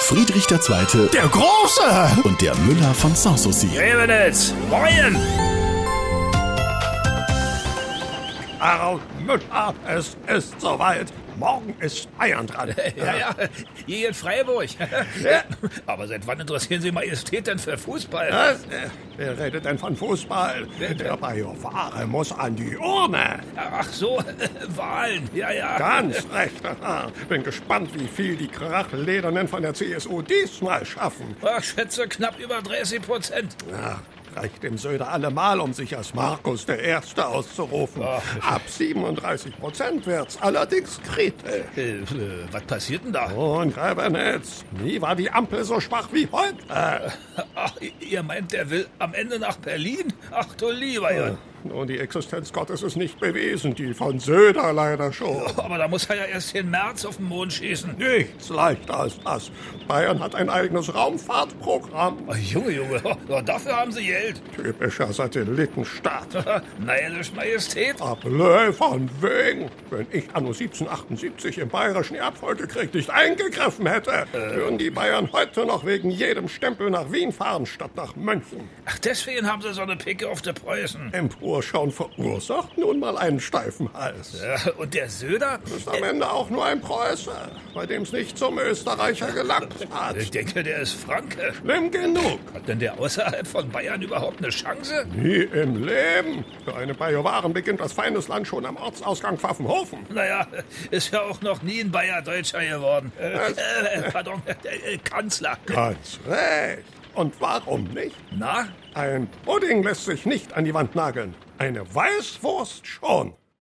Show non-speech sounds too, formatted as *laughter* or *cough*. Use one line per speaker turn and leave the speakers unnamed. Friedrich II.
Der Große!
und der Müller von Sanssouci.
Revenitz, Moin!
Karl Müller, es ist soweit. Morgen ist Bayern dran.
Ja, ja, hier in *laughs* Freiburg. Aber seit wann interessieren Sie Majestät denn für Fußball?
Was? Äh, Wer redet denn von Fußball? Der Bayer muss an die Urne.
Ach so, *laughs* Wahlen. Ja, ja.
Ganz recht. *laughs* Aha. Bin gespannt, wie viel die Krachledernen von der CSU diesmal schaffen.
Ach, schätze knapp über 30 Prozent.
Ja, reicht dem Söder allemal, um sich als Markus der Erste auszurufen. Ab 37 Prozent wird's allerdings kritisch.
Äh, äh, was passiert denn da?
Und Revenitz, nie war die Ampel so schwach wie heute.
Ach, ihr meint, der will am Ende nach Berlin? Ach du lieber Gott.
Nun, die Existenz Gottes ist nicht bewiesen, die von Söder leider schon.
Aber da muss er ja erst den März auf den Mond schießen.
Nichts leichter als das. Bayern hat ein eigenes Raumfahrtprogramm.
Oh, Junge, Junge, *laughs* oh, dafür haben sie Geld. *laughs*
Typischer Satellitenstaat.
Neidisch Majestät.
Ablö, von wegen. Wenn ich anno 1778 im bayerischen Erbfolgekrieg nicht eingegriffen hätte, würden die Bayern heute noch wegen jedem Stempel nach Wien fahren, statt nach München.
Ach, deswegen haben sie so eine Picke auf die Preußen.
Emporschauen verursacht nun mal einen steifen Hals.
Ja, Äh, Und der Söder?
Ist am Ende auch nur ein Preußer, bei dem es nicht zum Österreicher gelangt hat.
Ich denke, der ist Franke.
Schlimm genug.
Hat denn der außerhalb von Bayern überhaupt eine Chance?
Nie im Leben. Für eine Bayer-Waren beginnt das feines Land schon am Ortsausgang Pfaffenhofen.
Naja, ist ja auch noch nie ein Bayer Deutscher geworden. Äh, äh, pardon, äh, äh, Kanzler.
Ganz recht. Und warum nicht?
Na,
Ein Pudding lässt sich nicht an die Wand nageln. Eine Weißwurst schon.